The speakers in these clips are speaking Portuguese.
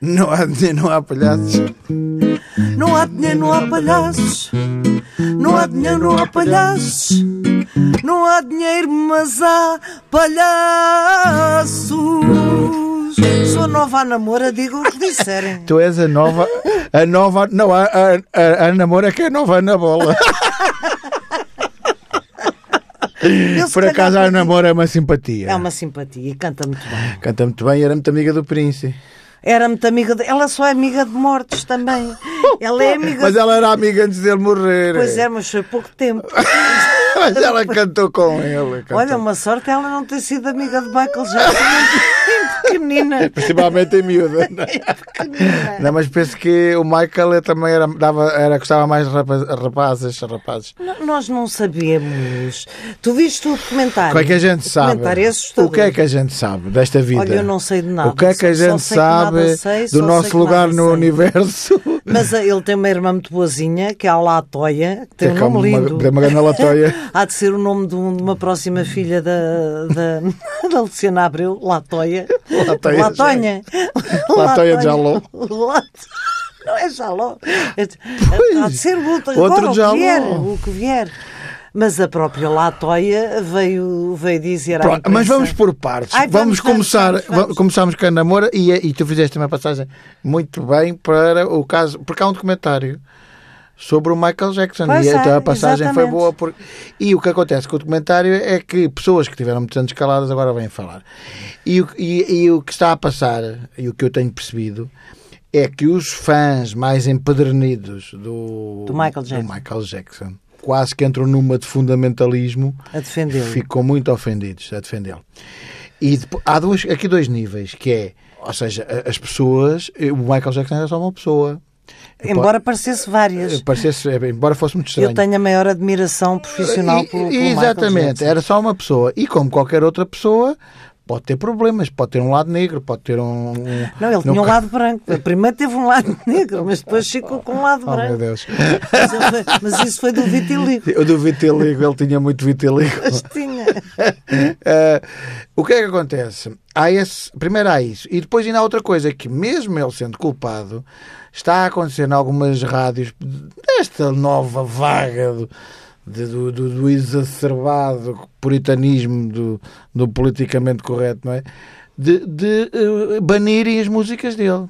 Não há dinheiro, não há palhaços. Não há dinheiro, não há palhaços. Não há dinheiro, não há palhaços. Não há dinheiro, mas há palhaços. Sou nova à namora, digo o que disserem. Tu és a nova. A nova. Não, a, a, a, a namora que é nova na bola. Eu, se Por acaso, calhar, a namora é uma simpatia. É uma simpatia e canta muito bem. Canta muito bem, era muito amiga do Príncipe. Era muito amiga de... Ela só é amiga de mortos também. Ela é amiga Mas ela era amiga antes dele morrer. Pois é, mas foi pouco tempo. Mas ela cantou com ele. cantou. Olha, uma sorte ela não ter sido amiga de Michael Jackson em pequenina. Principalmente em miúda. Não, é? Não, mas penso que o Michael é também era, dava, era, gostava mais de rapaz- rapazes. rapazes. N- Nós não sabemos. Tu viste o documentário? Como é que a gente o sabe? documentário é assustador. O que é que a gente sabe desta vida? Olha, eu não sei de nada. O que é que a Só- só gente sei que nada sabe sei, só do sei nosso que lugar nada no sei. universo? Mas ah, ele tem uma irmã muito boazinha, que é a Latoia, que tem um que é uma, nome lindo. tem uma grande latoia. Há de ser o nome de, um- de uma próxima filha da, da, da Luciana Abreu, Latoia. Latoia. Latonha. Latoia de Jaló. Lat- Não é Jaló. Pois. Há de ser o outro, Outro agora, Jaló. O que vier, o que vier. Mas a própria Latoia veio, veio dizer à Pronto, mas imprensa- vamos por partes. Ai, vamos, vamos, começar. vamos, vamos. va- Começámos com a namora e, e tu fizeste uma passagem muito bem para o caso. Porque há um documentário sobre o Michael Jackson Pois e é, então a passagem foi exatamente. boa. porque- E o que acontece com o documentário é que pessoas que tiveram muitos anos caladas agora vêm falar. E, o- e- e o que está a passar e o que eu tenho percebido é que os fãs mais empedernidos do, Do Michael Jackson. Michael Jackson quase que entram numa de fundamentalismo a defendê-lo. ficam muito ofendidos a defendê-lo. E depo- há dois, aqui dois níveis, que é, ou seja, a- as pessoas, eh, o Michael Jackson era só uma pessoa. eh, Embora parecesse várias. Parecesse, embora fosse muito estranho. Eh, Eu tenho a maior admiração profissional E- pelo, pelo Michael Exatamente, Jackson. era só uma pessoa. E como qualquer outra pessoa, pode ter problemas, pode ter um lado negro, pode ter um. um- Não, ele tinha um lado branco. Primeiro teve um lado negro, mas depois ficou com um lado Oh, meu branco. Deus. Mas ele foi- Mas isso foi do vitiligo. Eu do vitiligo, ele tinha muito vitiligo. Mas tinha. Eh, o que é que acontece? Há esse, primeiro há isso. E depois ainda há outra coisa que, mesmo ele sendo culpado, está a acontecer em algumas rádios desta nova vaga do, de- do, do- do exacerbado puritanismo do, do politicamente correto, não é? De, de eh, banirem as músicas dele.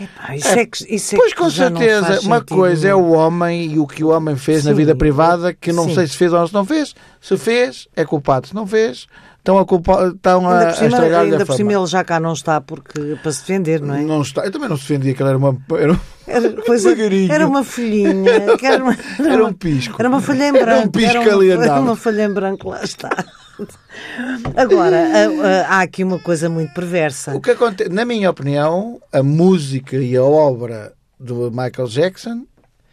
Epá, isso é que, isso é Pois que com já não certeza, faz uma sentido. coisa é o homem e o que o homem fez na Sim, vida privada, que não sim. sei se fez ou se não fez. Se fez, é culpado. Se não fez, estão a, culpa, estão a, Ainda a por cima, estragar-lhe ainda a por fama. cima ele já cá não está porque, para se defender, não é? Não está. Eu também não se defendia que ele era uma. Era, um- Era, coisa, Devagarinho. era uma folhinha. que Era, uma, Era uma- um pisco. Era uma folha em Era um branco. pisco uma- ali Era andava. uma folha em branco, lá está. Agora, a- a- há aqui uma coisa muito perversa. O que acontece, na minha opinião, a música e a obra do Michael Jackson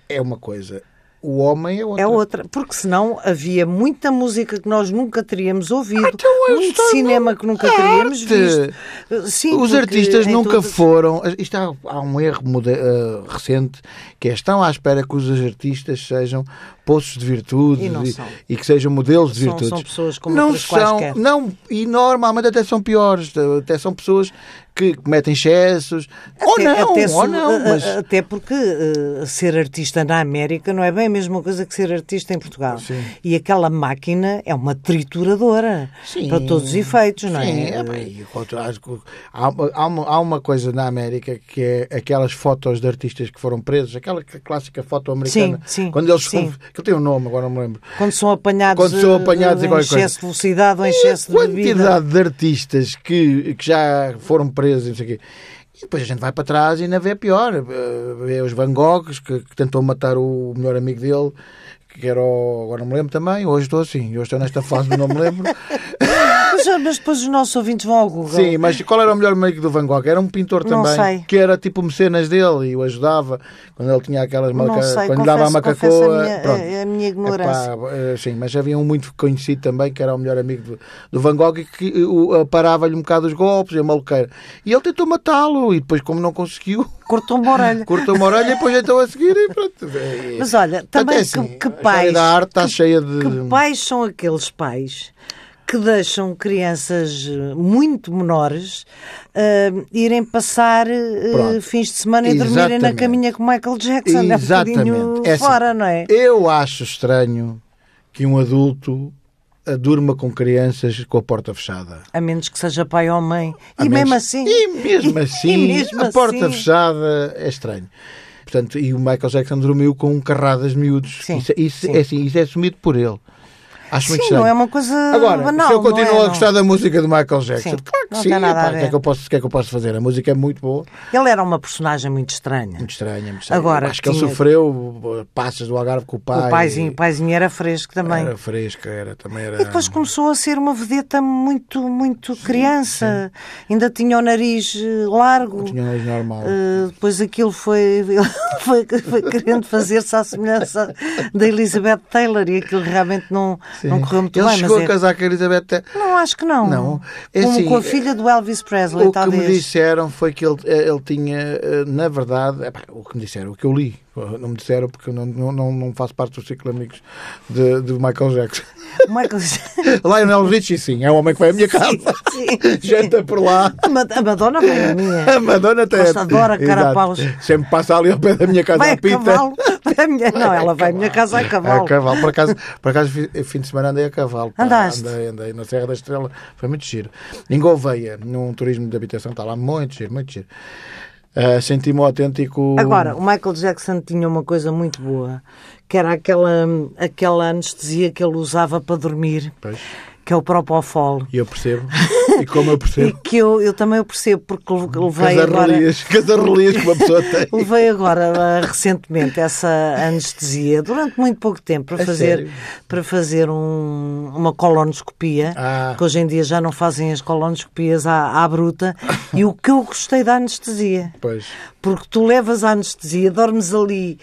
é uma coisa. O homem é outra. É outra, porque senão havia muita música que nós nunca teríamos ouvido, Então eu muito estou cinema que nunca É teríamos arte. visto. Sim, Os porque artistas em nunca todas- foram. Isto há, há um erro mode- eh, recente que é, estão à espera que os artistas sejam poços de virtude E não e, são. e que sejam modelos de São- virtudes. são pessoas como não outras são, quaisquer. não E normalmente até são piores. Até são pessoas que cometem excessos. ou não, até, se- eh, ou não. Mas, a- a- até porque eh, ser artista na América não é bem a mesma coisa que ser artista em Portugal. Sim. E aquela máquina é uma trituradora Sim. para todos os efeitos, não é? Sim, é bem, enquanto- acho que há, uma- há uma, há uma coisa na América que é aquelas fotos de artistas que foram presos, aquela clássica foto americana. Sim, sim, quando eles sim. conf- aquilo tem um nome, agora não me lembro. Quando são apanhados, Quando são apanhados eh, em em qualquer excesso coisa. de velocidade ou em E a excesso de bebida. quantidade de artistas que, que já foram presos e não sei o quê. E depois a gente vai para trás e ainda vê pior. Eh, Vê os Van Goghs que, que tentou matar o melhor amigo dele, que era o. Agora não me lembro também. Hoje estou assim, hoje estou nesta fase do não me lembro. Mas, mas depois os nossos ouvintes vão ao Google. Sim, mas qual era o melhor amigo do Van Gogh? Era um pintor Não também, sei. que era tipo mecenas dele e o ajudava quando ele tinha aquelas Não macacas, sei, quando lhe confesso, dava a confesso macacoa. a minha, eh, pronto. a- a minha ignorância. Epá, eh, sim, mas havia um muito conhecido também que era o melhor amigo do, do Van Gogh e que eh, o- eh, parava-lhe um bocado os golpes e a maluqueira. E ele tentou matá-lo e depois, como não conseguiu, Cortou-me a orelha. cortou uma orelha e depois então a seguir e pronto. Eh, Mas olha, portanto, também é que- assim, que, A história pais. da arte está cheia de. Que pais são aqueles pais que deixam crianças eh, muito menores eh, irem passar eh, Pronto. fins de semana e dormirem na Exatamente. caminha com Michael Jackson. É um bocadinho É assim, fora, não é? Eu acho estranho que um adulto ah, durma com crianças com a porta fechada. A menos que seja pai ou mãe. A e menos- mesmo assim. E mesmo assim, mesmo a porta assim. fechada é estranho. Portanto, e o Michael Jackson dormiu com um carradas miúdos. Sim, isso, isso sim. É assim, isso é assumido por ele. Acho muito Sim, estranho. não é uma coisa Agora, banal. se eu não é, continuo a não. gostar da música de Michael Jackson, Sim, claro que não sim, tem nada epá, a o que, ver. é que eu posso, o que é que eu posso fazer? A música é muito boa, Ele era uma personagem muito estranha. muito estranha, muito estranha. Agora, Acho que ele tinha- sofreu eh, passos do Algarve com o pai. o paizinho, o paizinho era fresco também. Era fresca, era também era. E depois começou a ser uma vedeta muito, muito criança. Ainda tinha o nariz eh, largo. Tinha um nariz normal. Eh, depois aquilo foi, ele foi, foi querendo fazer-se à semelhança da Elizabeth Taylor e aquilo realmente não, não correu muito ele bem. chegou mas a é- casar com a Elizabeth. Te- Não, acho que não. Não. É Como assim, com a filha do Elvis Presley, O que talvez. me disseram foi que ele, ele tinha, eh, na verdade, epá, o que me disseram, o que eu li, não me disseram porque eu não, não, não- não faço parte do ciclo de amigos de, de Michael Jackson. O Michael Lionel Richie, sim, é um homem que vai à minha casa, sim. janta por lá. A Ma- a Madonna vem a minha. A Madonna até. É. Gosta, adora carapaus. Exato. Sempre passa ali ao pé da minha casa Vai à a pita. cavalo. Vai a minha... Não, ela vai à minha casa a cavalo. A É cavalo. Por acaso, por acaso fi- fim de semana andei a cavalo. pá. Andaste? Andei, andei na Serra da Estrela. Foi muito giro. Em Gouveia, num turismo de habitação, está lá muito giro, muito giro. Ah, Senti-me um autêntico. Agora, o Michael Jackson tinha uma coisa muito boa, que era aquela, aquela anestesia que ele usava para dormir, Pois. que é o Propofol. E eu percebo. E como eu E percebo. que eu, eu também o percebo, porque le- levei agora, Casarrelias, casarrelias que uma pessoa tem. levei agora ah, recentemente essa anestesia, durante muito pouco tempo, para A fazer, sério? para fazer um- uma colonoscopia, Ah. que hoje em dia já não fazem as colonoscopias à, à bruta, e o que eu gostei da anestesia. Pois. Porque tu levas a anestesia, dormes ali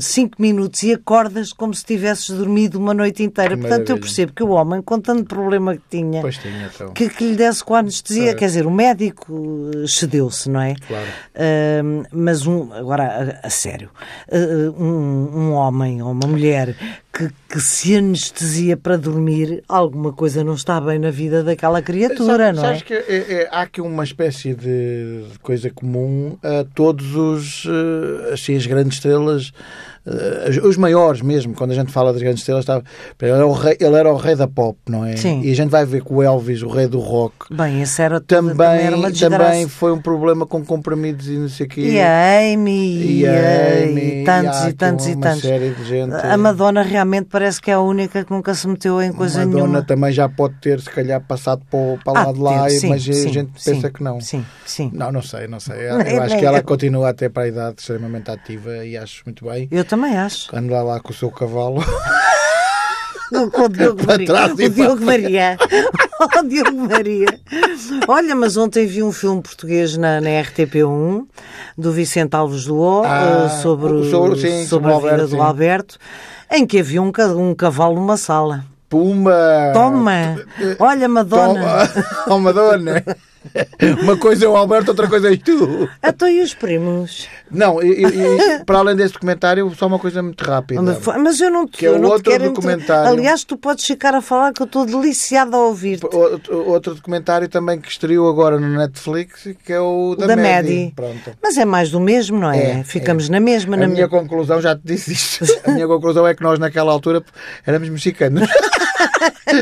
5 minutos e acordas como se tivesses dormido uma noite inteira. Que Portanto, eu maravilha. percebo que o homem, com tanto problema que tinha, Pois tinha, então. que, que lhe desse com a anestesia. Pois. Quer dizer, o médico eh, cedeu-se, não é? Claro. Hum, mas um, agora, a, a sério, eh, um, um homem ou uma mulher que, que se anestesia para dormir, alguma coisa não está bem na vida daquela criatura, Sabe- não é? sabes que é- é- há aqui uma espécie de de coisa comum a todos os eh, assim, as grandes estrelas, eh, as- os maiores mesmo, quando a gente fala das grandes estrelas, estava- ele, era o rei, ele era o rei da pop, não é? Sim. E a gente vai ver que o Elvis, o rei do rock, Bem, essa era toda- também, era uma também, desgraça. foi um problema com comprimidos e não sei o quê. E a Amy, e, E a a- Amy, e tantos e há e tantos aqui e uma tantos. série de gente. A Madonna realmente parece que é a única que nunca se meteu em coisa Madonna nenhuma. também já pode ter, se calhar, passado para, o- para lá Ah, de lá, teve, sim, mas a sim, gente sim, pensa que não. Sim, sim. Não, não sei, não é sei. Nem- Eu acho nem que ela eu. continua até para a idade extremamente ativa e acho muito bem. Eu também acho. Anda lá com o seu cavalo. Com com o Diogo Para Maria. trás e O Diogo Maria. O Diogo Maria. Olha, mas ontem vi um filme português na, na RTP1 do Vicente Alves Duó Ah, eh, sobre, o- sobre- sim, sobre sobre o a vida Alberto, do sim. Alberto, em que havia um, ca- um cavalo numa sala. Puma! Toma! Olha, Madonna! Ah, eh, Toma! Oh, Madonna! Uma coisa é o Alberto, outra coisa és tu! Até Ah, então e os primos? Não, e, e- e para além desse documentário, só uma coisa muito rápida. Mas foi- Mas eu não te, Que é eu não te outro quero inter- documentário. Aliás, tu podes ficar a falar que eu estou deliciada a ouvir-te. Outro, outro documentário também que estreou agora no Netflix, que é o da, da Maddie. Medi. Pronto. Mas é mais do mesmo, não é? É, Ficamos na mesma, na a minha minha. conclusão, já te disse isto, a minha conclusão é que nós naquela altura éramos mexicanos.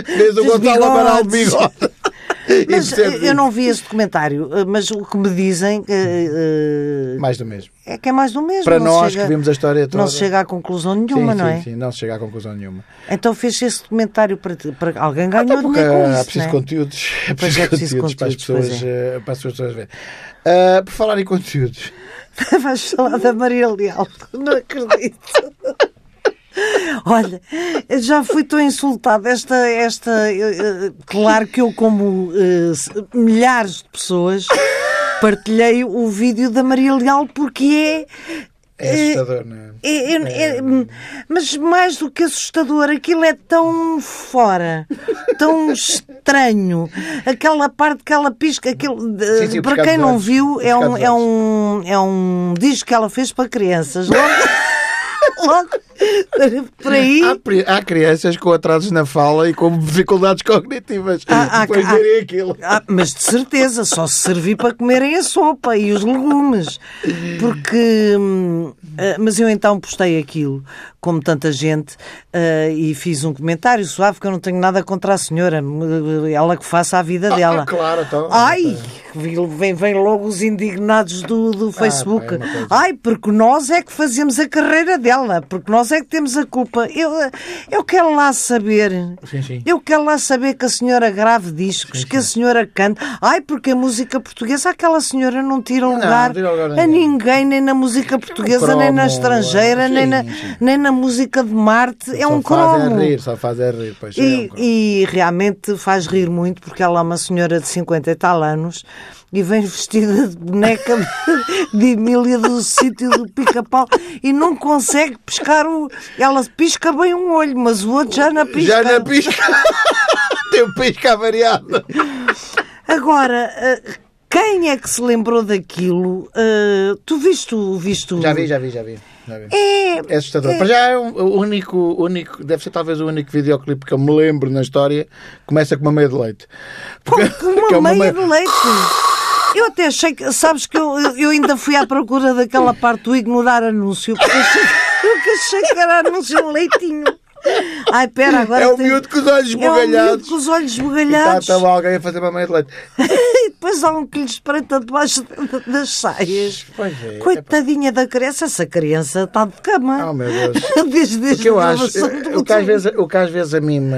Desde o Dos Gonçalo Amaral de bigodes. bigode. é E Mas percebes eh, eu não vi esse documentário, eh, mas o que me dizem eh, eh, isso? Mais do mesmo. é que é mais do mesmo. Para não nós se chega- que vimos a história toda. Não se chega a conclusão Sim, nenhuma, sim, não é? sim, não se chega a conclusão nenhuma. Então fez esse documentário para, ti- para- alguém Até ganhou porque dinheiro com há isso. preciso não é? conteúdos, é Pois preciso é, preciso conteúdos para as conteúdos, pessoas, pois é. eh, para as pessoas verem. Ah, por falar em conteúdos, Vais falar da Maria Leal, não acredito. Olha, eu já fui tão insultada. Esta, esta, eh, eh, claro que eu, como eh, s- milhares de pessoas, partilhei o vídeo da Maria Leal porque é. é assustador, não é? é- é- é- mas mais do que assustador, aquilo é tão fora, tão estranho. Aquela parte que ela pisca, aquilo, de- Sim, sim, para piscar quem dos não olhos. viu, é um, Piscar dos é, um, é um disco que ela fez para crianças. Logo, logo por aí. Há, pri- há crianças com atrasos na fala e com dificuldades cognitivas. Há- há- Depois há- verem aquilo. Ah, mas de certeza, só se servir para comerem a sopa e os legumes. Porque. hum, ah, Mas eu então postei aquilo, como tanta gente, ah, e fiz um comentário suave que eu não tenho nada contra a senhora. Ela que faça a vida dela. Ah, claro, então. Ai, vem, vem logo os indignados do, do Facebook. é uma coisa. Ai, porque nós é que fazemos a carreira dela, porque nós é que temos a culpa. Eu, eu quero lá saber. Sim, sim. Eu quero lá saber que a senhora grave discos, que a senhora canta. Ai, porque a música portuguesa, aquela senhora não tira lugar, tira lugar a nenhum. ninguém, nem na música portuguesa, nem na cromo, estrangeira, nem, sim, na, sim. nem na música de Marte. É só um fazem cromo. rir, só fazem rir. Pois é, é um E, cromo. e realmente faz rir muito, porque ela é uma senhora de 50 e tal anos e vem vestida de boneca de- de Emília do sítio do pica-pau e não consegue pescar o. Ela pisca bem um olho, mas o outro já na Já pisca. na pisca. Tem o pisca variado. Agora, eh, quem é que se lembrou daquilo? Eh, tu viste o. Viste o- Já vi, já vi, já vi. Já vi. É, É assustador. Para já é um- o único, o único, deve ser talvez o único videoclipe que eu me lembro na história. Começa com uma meia de leite. Porque, Com uma que é meia de leite. Eu até achei que, sabes que eu, eu ainda fui à procura daquela parte do ignorar anúncio, porque achei, porque achei que era anúncio de leitinho. Ai, pera, agora. É o tenho- miúdo com os olhos Tá, É o miúdo bugalhados. com os olhos E está, bugalhados. está lá alguém a fazer uma meia de leite. E depois há um que lhe espreita debaixo da- das saias. Pois é. Coitadinha da criança, essa criança está de cama. Oh, meu Deus. Desde, O desde que eu a acho, é, gravação do o que às último- vezes, o que às vezes a mim me,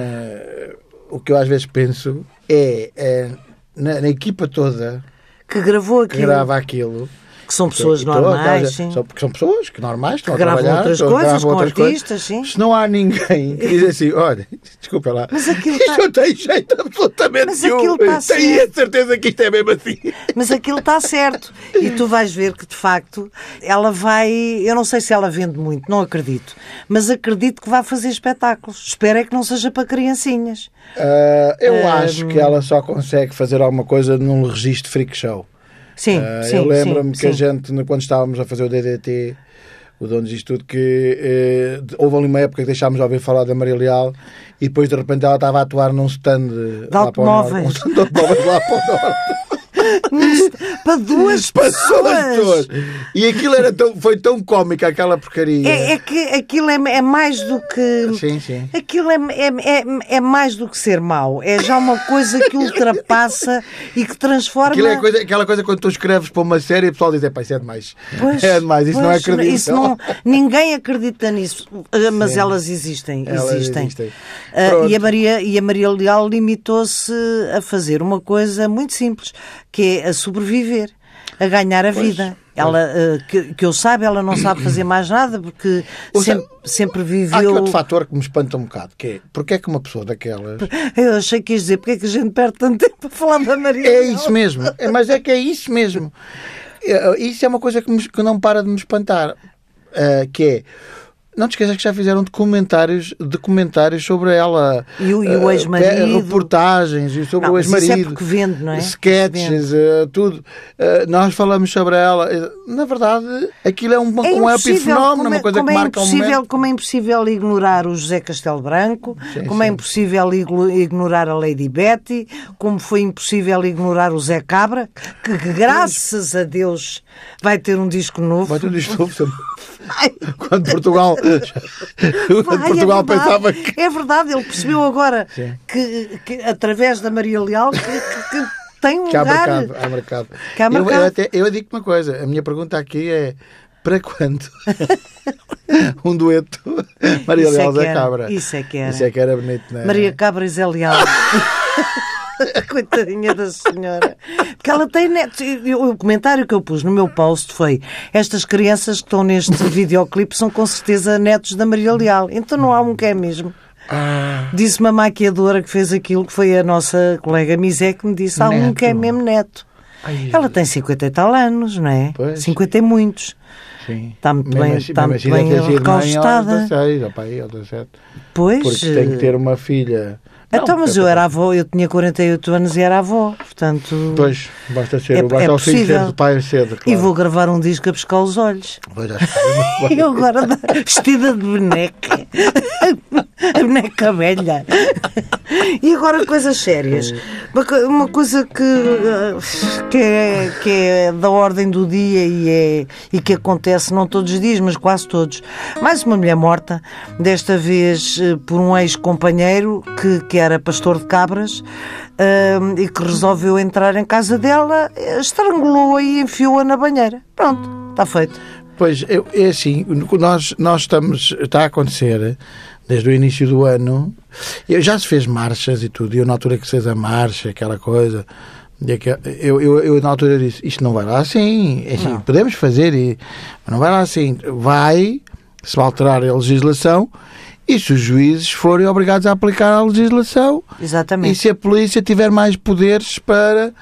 o que eu às vezes penso é, é, na, na equipa toda Que gravou que aquilo. grava aquilo. Que são pessoas e toda, normais, toda- sim. então, é, São, porque são pessoas que normais estão Que a gravam trabalhar, outras estão- coisas, gravam com outras artistas, sim. Se não há ninguém que diz assim, olha, desculpa lá, Mas aquilo isto tá- não tem jeito absolutamente Mas aquilo nenhum. tá Tenho a certo. certeza que isto é mesmo assim. Mas aquilo está certo. E tu vais ver que, de facto, ela vai. Eu não sei se ela vende muito, não acredito. Mas acredito que vai fazer espetáculos. Espero é que não seja para criancinhas. Ah, eu acho que ela só consegue fazer alguma coisa num registro freak show. Sim, Ah, sim. eu lembro-me sim, que a sim. gente, no- quando estávamos a fazer o DDT, o dono diz tudo, que eh, de- houve ali uma época que deixámos de ouvir falar da Maria Leal e depois de repente ela estava a atuar num stand de automóveis. Um stand de automóveis lá para o norte. Para duas Passou as pessoas. pessoas. E aquilo era tão, foi tão cómica aquela porcaria. É, é que aquilo é, é mais do que. Sim, sim. Aquilo é, é, é, é mais do que ser mau. É já uma coisa que ultrapassa e que transforma. Aquilo é coisa- aquela coisa quando tu escreves para uma série e o pessoal diz: é pá, isso é demais. Pois, é demais, isso não é pois, credível. isso não- ninguém acredita nisso, Ah, mas elas existem. Elas existem. existem. Ah, e, Pronto. a Maria, e a Maria Leal limitou-se a fazer uma coisa muito simples, que é a sobreviver, a ganhar a vida. Ela, ah, que, que eu saiba, ela não sabe fazer mais nada, porque Ou sempre, sempre Há aqui viveu. ah, outro fator que me espanta um bocado, que é porque é que uma pessoa daquelas Eu achei que ias dizer, porque é que a gente perde tanto tempo para falar da Maria É Leal? isso mesmo. É, mas é que é isso mesmo. É, Isso é uma coisa que, me- que não para de me espantar. Ah, que é. Não te esqueças que já fizeram documentários, documentários sobre ela. E o- e o Ah, ex-marido. pe- Reportagens e sobre Não, o mas isso é ex-marido. porque vende, não é? Sketches, ah, tudo. Ah, nós falamos sobre ela. Na verdade, aquilo é um, É um impossível, epifenómeno, como é- uma coisa como que é marca um impossível, momento. Como é impossível ignorar o José Castelo Branco, Sim, como é sim. impossível iglo- ignorar a Lady Betty, como foi impossível ignorar o Zé Cabra, que graças a Deus vai ter um disco novo. Vai tudo isto Ai, Quando Portugal, quando vai, Portugal é verdade, pensava que É verdade, ele percebeu agora que, que através da Maria Leal que, que- que tem um Que há lugar. mercado, há mercado. Que há Eu- Eu, mercado. até- eu digo-te uma coisa, a minha pergunta aqui é para quando? um dueto Maria Isso é Leal que Zé era, Cabra. isso é que era. Isso é que era bonito, não é? Maria Cabra e Zé Leal. Coitadinha da senhora. Porque ela tem netos. E eu- O comentário que eu pus no meu post foi: estas crianças que estão neste videoclipe são com certeza netos da Maria Leal. Então não há um que é mesmo. Ah, Disse uma maquiadora que fez aquilo, que foi a nossa colega Misé, que me disse: há um Neto. que é mesmo neto. Ai, Ela tem 50 e tal anos, não é? Pois. 50 e muitos. sim. Está Tá muito Mesmo bem- assim- está mesmo muito assim deve bem ter sido mãe aos recaustada. 16, ou para aí, aos 17. Pois. Porque tem que ter uma filha então, mas eu era avó, eu tinha 48 anos e era avó, portanto. Pois, basta ser, É- basta é o filho possível. ser do pai cedo, claro. E vou gravar um disco a buscar os olhos. Pois, acho que- E eu agora da- vestida de boneca. A boneca velha. E agora coisas sérias. Uma, co- uma coisa que, eh, que, é, que é da ordem do dia e, é, e que acontece não todos os dias, mas quase todos. Mais uma mulher morta, desta vez eh, por um ex-companheiro que, que era pastor de cabras. eh, e que resolveu entrar em casa dela, eh, estrangulou-a e enfiou-a na banheira. Pronto, está feito. Pois, eu- é assim, nós, nós estamos, está a acontecer, desde o início do ano, eu, já se fez marchas e tudo, e eu na altura que se fez a marcha, aquela coisa, e aquela- eu, eu, eu na altura disse, isto não vai lá assim, é assim, podemos fazer, e, mas não vai lá assim, vai, se vai alterar a legislação, e se os juízes forem obrigados a aplicar a legislação, Exatamente. e se a polícia tiver mais poderes para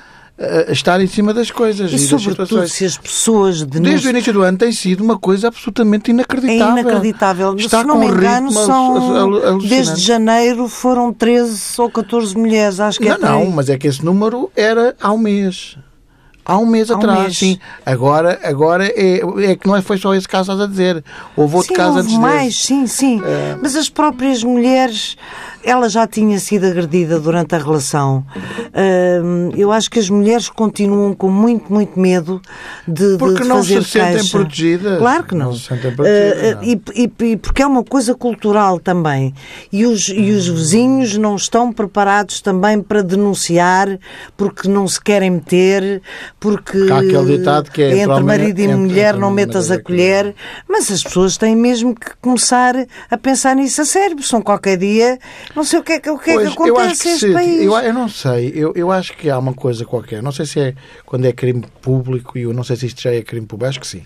eh, estar em cima das coisas e, E das sobretudo situações. se as pessoas Desde o denunciam. início do ano tem sido uma coisa absolutamente inacreditável. É inacreditável. Está se não com me um engano, ritmo são, alu- alucinante. desde janeiro foram 13 ou 14 mulheres, acho que é Não, por aí. não, mas é que esse número era há um mês. Há um mês Há um atrás, mês. sim. Agora, agora é, é que não foi só esse caso, estás a dizer. Houve outro sim, caso houve antes É. mais, desse. sim, sim. Mas as próprias mulheres, ela já tinha sido agredida durante a relação. Hum, eu acho que as mulheres continuam com muito, muito medo de, de Porque não se fazer sentem queixa. protegidas. Claro que não. Não se sentem protegidas, Ah, ah, e, e- e porque é uma coisa cultural também. E os, e Hum. os vizinhos não estão preparados também para denunciar porque não se querem meter, porque Há aquele ditado que é entre entre homem- marido e entre- mulher entre não mulher é metas e a colher. colher fazer, mas as pessoas têm mesmo que começar a pensar nisso a sério, são qualquer dia, não sei o que é que, o que, é que Pois, eu acho acontece que a se- este país. Eu, eu não sei, eu, eu acho que há uma coisa qualquer. Não sei se é quando é crime público, e eu não sei se isto já é crime público, acho que sim.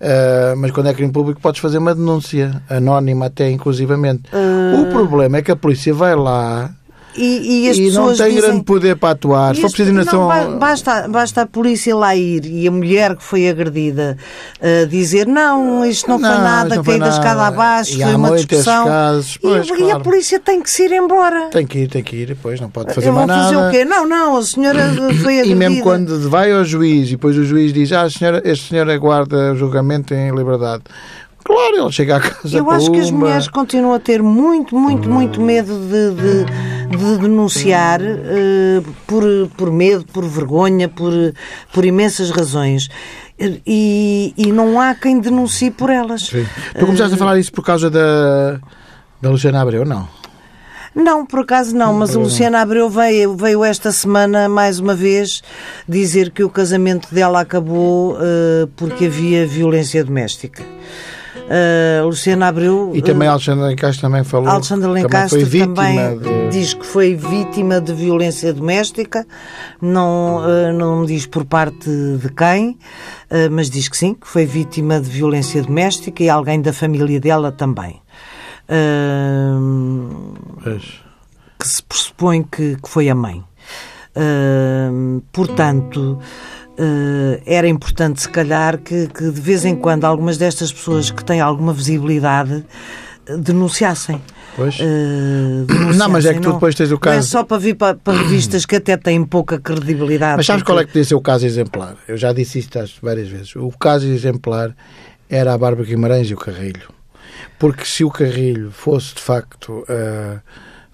Ah, mas quando é crime público, podes fazer uma denúncia, anónima até, inclusivamente. O problema é que a polícia vai lá Ah. E, e as e não pessoas tem dizem, grande poder para atuar. Se for Isto- preciso, ainda não, são. ba- basta, basta a polícia lá ir e a mulher que foi agredida uh, dizer não, isto não, Não, foi isto nada, não caí foi da escada nada." abaixo, E foi há uma muitos discussão. casos, E- pois, e, a claro. polícia tem que se ir embora. Tem que ir, tem que ir, depois não pode fazer Eu vou mais nada. fazer o quê? Não, não, a senhora uh, foi agredida. E mesmo quando vai ao juiz e depois o juiz diz: Ah, a senhora, este senhor aguarda o julgamento em liberdade. Claro, ele chega à casa Eu com acho que as uma. Hum. mulheres continuam a ter muito, muito, muito medo de, de- de denunciar eh, por, por medo, por vergonha, por, por imensas razões. E, e não há quem denuncie por elas. Eh, Sim. Tu começaste a falar isso por causa da, da Luciana Abreu, não? Não, por acaso não, mas o Hum. Luciano Abreu veio, veio esta semana, mais uma vez, dizer que o casamento dela acabou eh, porque havia violência doméstica. Eh, Luciana Abreu. E também a Alexandra Lencastre também falou. Alexandre também Lencastre foi vítima também, de- diz que foi vítima de violência doméstica, não, eh, não diz por parte de quem, eh, mas diz que sim, que foi vítima de violência doméstica e alguém da família dela também. Ahm, Pois. que se pressupõe que, que foi a mãe. Ahm, portanto, eh, era importante, se calhar, que, que de vez em quando algumas destas pessoas que têm alguma visibilidade eh, denunciassem. Pois. Eh, denunciassem, Não, mas é que tu depois tens o Não é caso- só para vir para, para revistas que até têm pouca credibilidade. Mas sabes porque- qual é que podia ser o caso exemplar? Eu já disse isto às- várias vezes. O caso exemplar era a Bárbara Guimarães e o Carrilho. Porque se o Carrilho fosse, de facto, eh,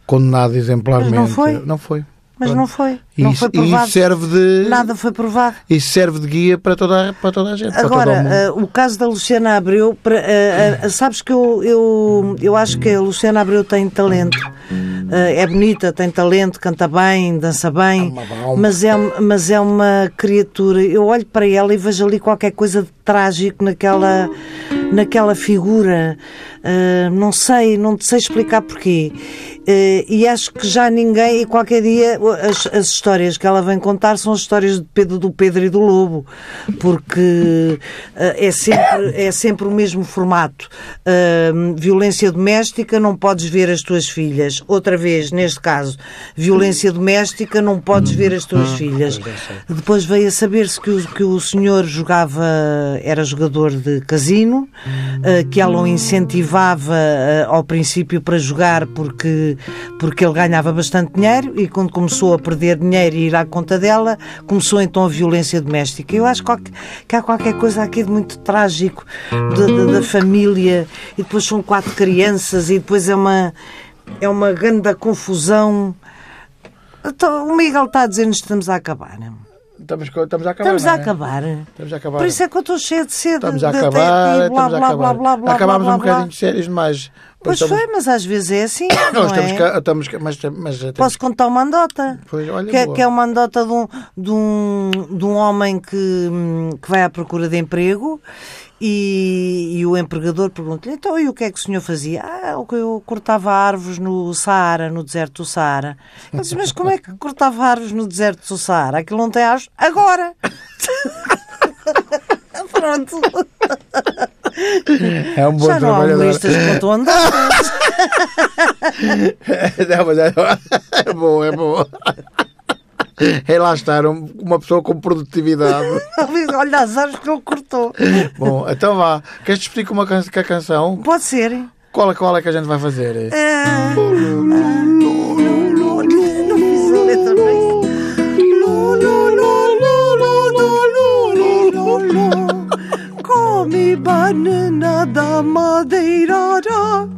condenado exemplarmente... Mas não foi. Não foi. Mas não foi. E não isso- foi e isso é- provado. serve de... Nada foi provado. Isso serve de guia para toda a, para toda a gente. para todo o mundo. Agora, eh, o caso da Luciana Abreu, pra- eh, eh, sabes que eu, eu, eu acho que a Luciana Abreu tem talento. Eh, é bonita, tem talento, canta bem, dança bem, uma balma. mas é, mas é uma criatura. Eu olho para ela e vejo ali qualquer coisa de trágico naquela, naquela figura. Eh, não sei, não te sei explicar porquê. Eh, e acho que já ninguém, e qualquer dia as, as histórias que ela vem contar são as histórias de Pedro, do Pedro e do Lobo, porque eh, é, sempre, é sempre o mesmo formato. Eh, violência doméstica, não podes ver as tuas filhas. Outra vez, neste caso, violência doméstica, não podes ver as tuas filhas. Depois veio a saber-se que o, que o senhor jogava, era jogador de casino, eh, que ela o incentivava levava eh, ao princípio para jogar porque, porque ele ganhava bastante dinheiro e quando começou a perder dinheiro e ir à conta dela, começou então a violência doméstica. Eu acho qualque- que há qualquer coisa aqui de muito trágico da- da- da família e depois são quatro crianças e depois é uma, é uma grande confusão. Então, o Miguel está a dizer-nos que estamos a acabar. não é? Estamos, co- estamos a acabar. Estamos não a é? acabar. Estamos a acabar. Por isso é que eu estou cheia de sede. Estamos a de- de- de- acabar. blá, Estamos a blá, blá, acabar. blá, blá, Acabámos blá, um blá, blá. bocadinho sérios, mas. Pois foi, mas às vezes é assim. Não Não, estamos, é? ca- estamos, ca- mas, mas temos- Posso contar uma andota? Pois, olha, que, é- boa. que é uma andota de um, de um, de um homem que, hum, que vai à procura de emprego e, e o empregador pergunta-lhe: então, e o que é que o senhor fazia? Ah, o que eu cortava árvores no Saara, no deserto do Saara. Ele diz: mas como é que cortava árvores no deserto do Saara? Aquilo não tem árvores? Agora! Pronto, é um bom já não há trabalhador. humoristas que contam andotas. Não, mas é, é bom, é bom. É lá estar um- uma pessoa com produtividade. Olha as árvores que ele cortou. Bom, então vá. Queres te explicar uma can que a canção? Pode ser. Qual, é- qual é que a gente vai fazer? Ah, não fiz a letra para isso. Come banana da madeirada,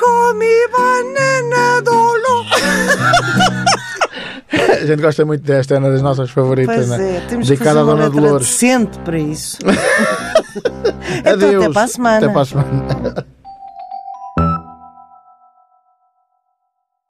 come banana do lo. A gente gosta muito desta, é uma das nossas favoritas, Pois né? é, temos que fazer Dedicada à uma Dona letra Dolores. decente para isso. Então, até para a semana. Até para a semana.